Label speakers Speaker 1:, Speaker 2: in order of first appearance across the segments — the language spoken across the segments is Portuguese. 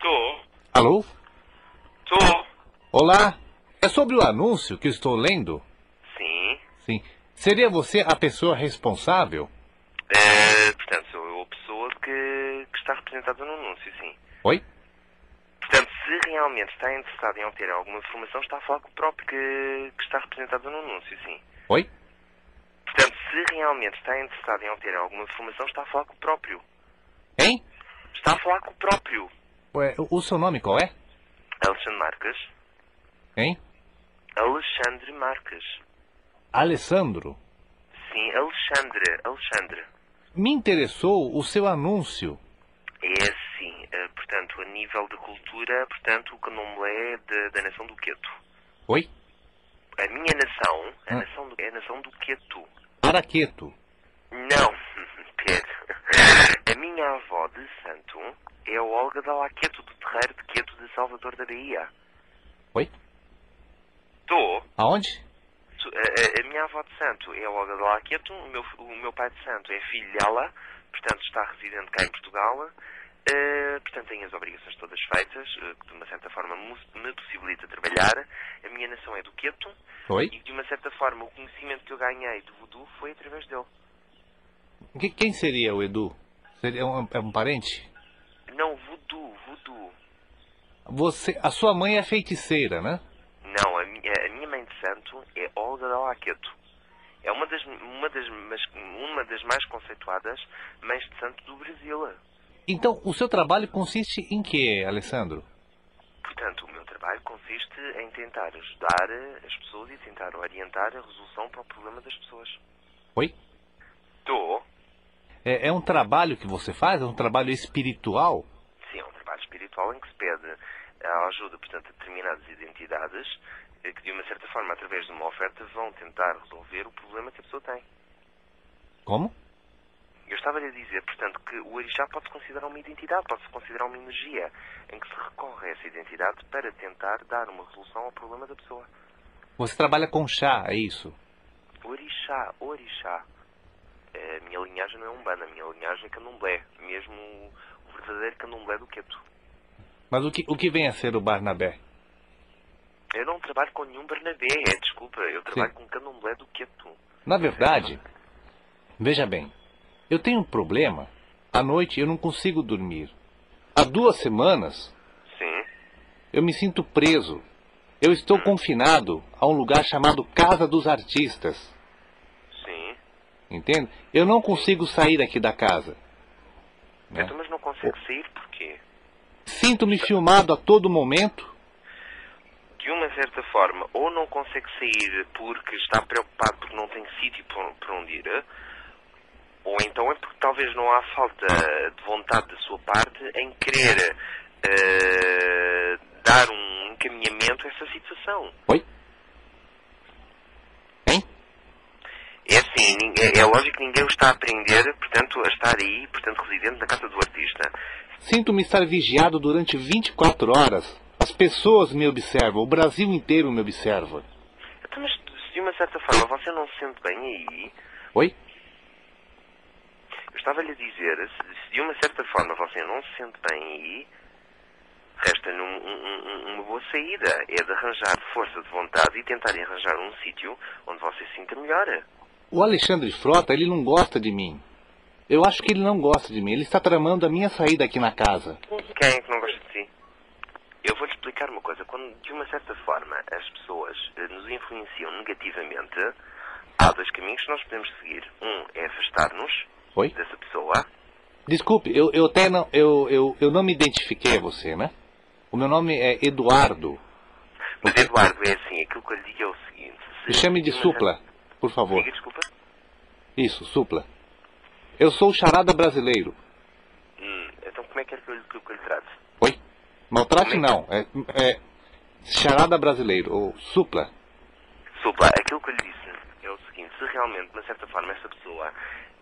Speaker 1: Tô,
Speaker 2: Alô?
Speaker 1: tô.
Speaker 2: Olá? É sobre o anúncio que estou lendo?
Speaker 1: Sim.
Speaker 2: Sim. Seria você a pessoa responsável?
Speaker 1: É, portanto, sou eu a pessoa que, que está representada no anúncio, sim.
Speaker 2: Oi?
Speaker 1: Portanto, se realmente está interessado em obter alguma informação, está a falar com o próprio que, que está representado no anúncio, sim.
Speaker 2: Oi?
Speaker 1: Portanto, se realmente está interessado em obter alguma informação, está a falar com o próprio.
Speaker 2: Hein?
Speaker 1: Está a falar com o próprio.
Speaker 2: Ué, o- o seu nome qual é?
Speaker 1: Alexandre Marques.
Speaker 2: Hein?
Speaker 1: Alexandre Marques.
Speaker 2: Alessandro.
Speaker 1: Sim, Alexandre. Alexandre.
Speaker 2: Me interessou o seu anúncio.
Speaker 1: É sim. eh, portanto, a nível de cultura, portanto, o candomblé é da- da nação do Queto.
Speaker 2: Oi?
Speaker 1: A minha nação, a
Speaker 2: Ah.
Speaker 1: nação do, é a nação do Queto.
Speaker 2: Araqueto.
Speaker 1: Não, Pedro. A minha avó de Santo é a Olga da Laqueto, do terreiro de Queto de Salvador da Bahia.
Speaker 2: Oi?
Speaker 1: Tô.
Speaker 2: Aonde?
Speaker 1: Tu- A, a- a minha avó de Santo é a Olga da Laqueto, o meu, o meu pai de Santo é filho dela, portanto está residente cá em Portugal. eh, portanto, tem as obrigações todas feitas, eh, que de uma certa forma me, me possibilita trabalhar. A minha nação é do Queto
Speaker 2: Oi?
Speaker 1: e, de uma certa forma, o conhecimento que eu ganhei do voodoo foi através dele.
Speaker 2: Que- quem seria o Edu? Seria um, é um parente?
Speaker 1: Não, voodoo, voodoo.
Speaker 2: Você, a sua mãe é feiticeira, né?
Speaker 1: Não, a minha, a minha mãe de santo é Olga da Laqueto. É uma das, uma, das, mas- uma das mais conceituadas mães de santo do Brasil.
Speaker 2: Então, o seu trabalho consiste em quê, Alessandro?
Speaker 1: Portanto, o meu trabalho consiste em tentar ajudar eh, as pessoas e tentar orientar a resolução para o problema das pessoas.
Speaker 2: Oi?
Speaker 1: Estou.
Speaker 2: É, é um trabalho que você faz? É um trabalho espiritual?
Speaker 1: Sim, é um trabalho espiritual em que se pede a ajuda, portanto, a determinadas identidades eh, que, de uma certa forma, através de uma oferta, vão tentar resolver o problema que a pessoa tem.
Speaker 2: Como?
Speaker 1: Eu estava-lhe a dizer, portanto, que o orixá pode-se considerar uma identidade, pode-se considerar uma energia, em que se recorre a essa identidade para tentar dar uma resolução ao problema da pessoa.
Speaker 2: Você trabalha com chá, é isso?
Speaker 1: Orixá, orixá. Eh, A minha linhagem não é umbanda, a minha linhagem é candomblé, mesmo o verdadeiro candomblé do Queto.
Speaker 2: Mas o que, o que vem a ser o Barnabé?
Speaker 1: Eu não trabalho com nenhum Bernabé, eh, desculpa, eu trabalho com candomblé do Queto.
Speaker 2: Na verdade, veja bem, eu tenho um problema. À noite eu não consigo dormir. Há duas semanas
Speaker 1: Sim,
Speaker 2: eu me sinto preso. Eu estou confinado a um lugar chamado Casa dos Artistas.
Speaker 1: sim.
Speaker 2: Entende? Eu não consigo sair aqui da casa. Né?
Speaker 1: Então, mas não consegue sair porquê?
Speaker 2: Sinto-me filmado a todo momento.
Speaker 1: de uma certa forma, ou não consegue sair porque está preocupado porque não tem sítio por, por onde ir, ou então é porque talvez não há falta de vontade da sua parte em querer eh, dar um encaminhamento a essa situação.
Speaker 2: Oi? Hein?
Speaker 1: É assim, nin- é- é lógico que ninguém o está a aprender, portanto, a estar aí, portanto, residente na casa do artista.
Speaker 2: Sinto-me estar vigiado durante 24 horas. As pessoas me observam, o Brasil inteiro me observa.
Speaker 1: Então, mas se de uma certa forma você não se sente bem aí,
Speaker 2: Oi?
Speaker 1: Eu estava-lhe a dizer, se se de uma certa forma você não se sente bem aí, resta-lhe um- um- um- uma boa saída. É de arranjar força de vontade e tentar arranjar um sítio onde você se sinta melhor.
Speaker 2: O Alexandre Frota, ele não gosta de mim. Eu acho que ele não gosta de mim. Ele está tramando a minha saída aqui na casa.
Speaker 1: Quem é que não gosta de si? Eu vou-lhe explicar uma coisa. Quando, de uma certa forma, as pessoas eh, nos influenciam negativamente, há dois caminhos que nós podemos seguir. Um é afastar-nos
Speaker 2: Oi?
Speaker 1: dessa pessoa.
Speaker 2: Desculpe, eu, eu até não, eu, eu, eu não me identifiquei a você, né? O meu nome é Eduardo.
Speaker 1: Mas, Eduardo, é assim, aquilo que eu lhe digo é o seguinte...
Speaker 2: Me chame de Supla, por favor.
Speaker 1: Diga, desculpa.
Speaker 2: Isso, Supla. Eu sou o charada brasileiro.
Speaker 1: Hum, então como é que é que eu, que eu lhe trato?
Speaker 2: Oi? Maltrate não. É, é charada brasileiro, ou Supla.
Speaker 1: Supla, aquilo que eu lhe disse é o seguinte, se realmente, de uma certa forma, essa pessoa,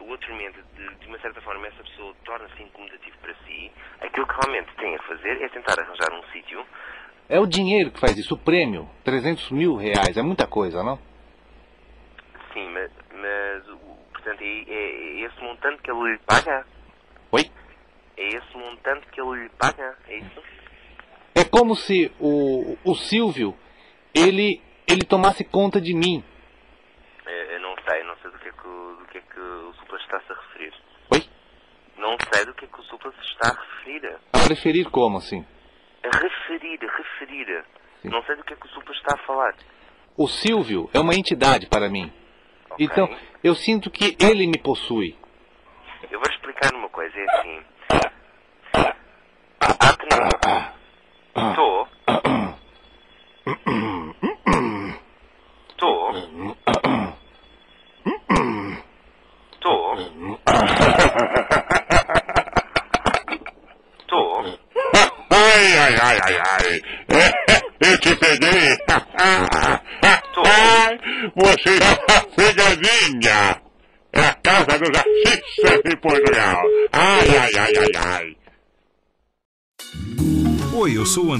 Speaker 1: o atormento de, de uma certa forma, essa pessoa torna-se incomodativo para si, aquilo que realmente tem a fazer é tentar arranjar um sítio
Speaker 2: É o dinheiro que faz isso, o prêmio. 300 mil reais, é muita coisa, não?
Speaker 1: Sim, mas, mas o- portanto, é, é esse montante que ele lhe paga?
Speaker 2: Oi?
Speaker 1: É esse montante que ele lhe paga? É isso?
Speaker 2: É como se o, o Silvio, ele, ele tomasse conta de mim.
Speaker 1: É, Eu não sei, não sei do que é que, o- do que, é que o Supla está-se a referir.
Speaker 2: Oi?
Speaker 1: Não sei do que é que o Supla se está a referir.
Speaker 2: A preferir como assim?
Speaker 1: A referir, a referir.
Speaker 2: Sim.
Speaker 1: Não sei do que é que o Supla está a falar.
Speaker 2: O Silvio é uma entidade para mim.
Speaker 1: Ok?
Speaker 2: Então, eu sinto que ele me possui.
Speaker 1: Eu vou explicar uma coisa, é assim. Há três. Estou. Estou. Estou. Estou.
Speaker 3: Ai, ai, ai, ai, ai. É, Eu te peguei.
Speaker 1: Tô.
Speaker 3: Você fica minha. É a casa dos artistas em Portugal. Ai, ai, ai, ai, ai.
Speaker 4: Oi, eu sou o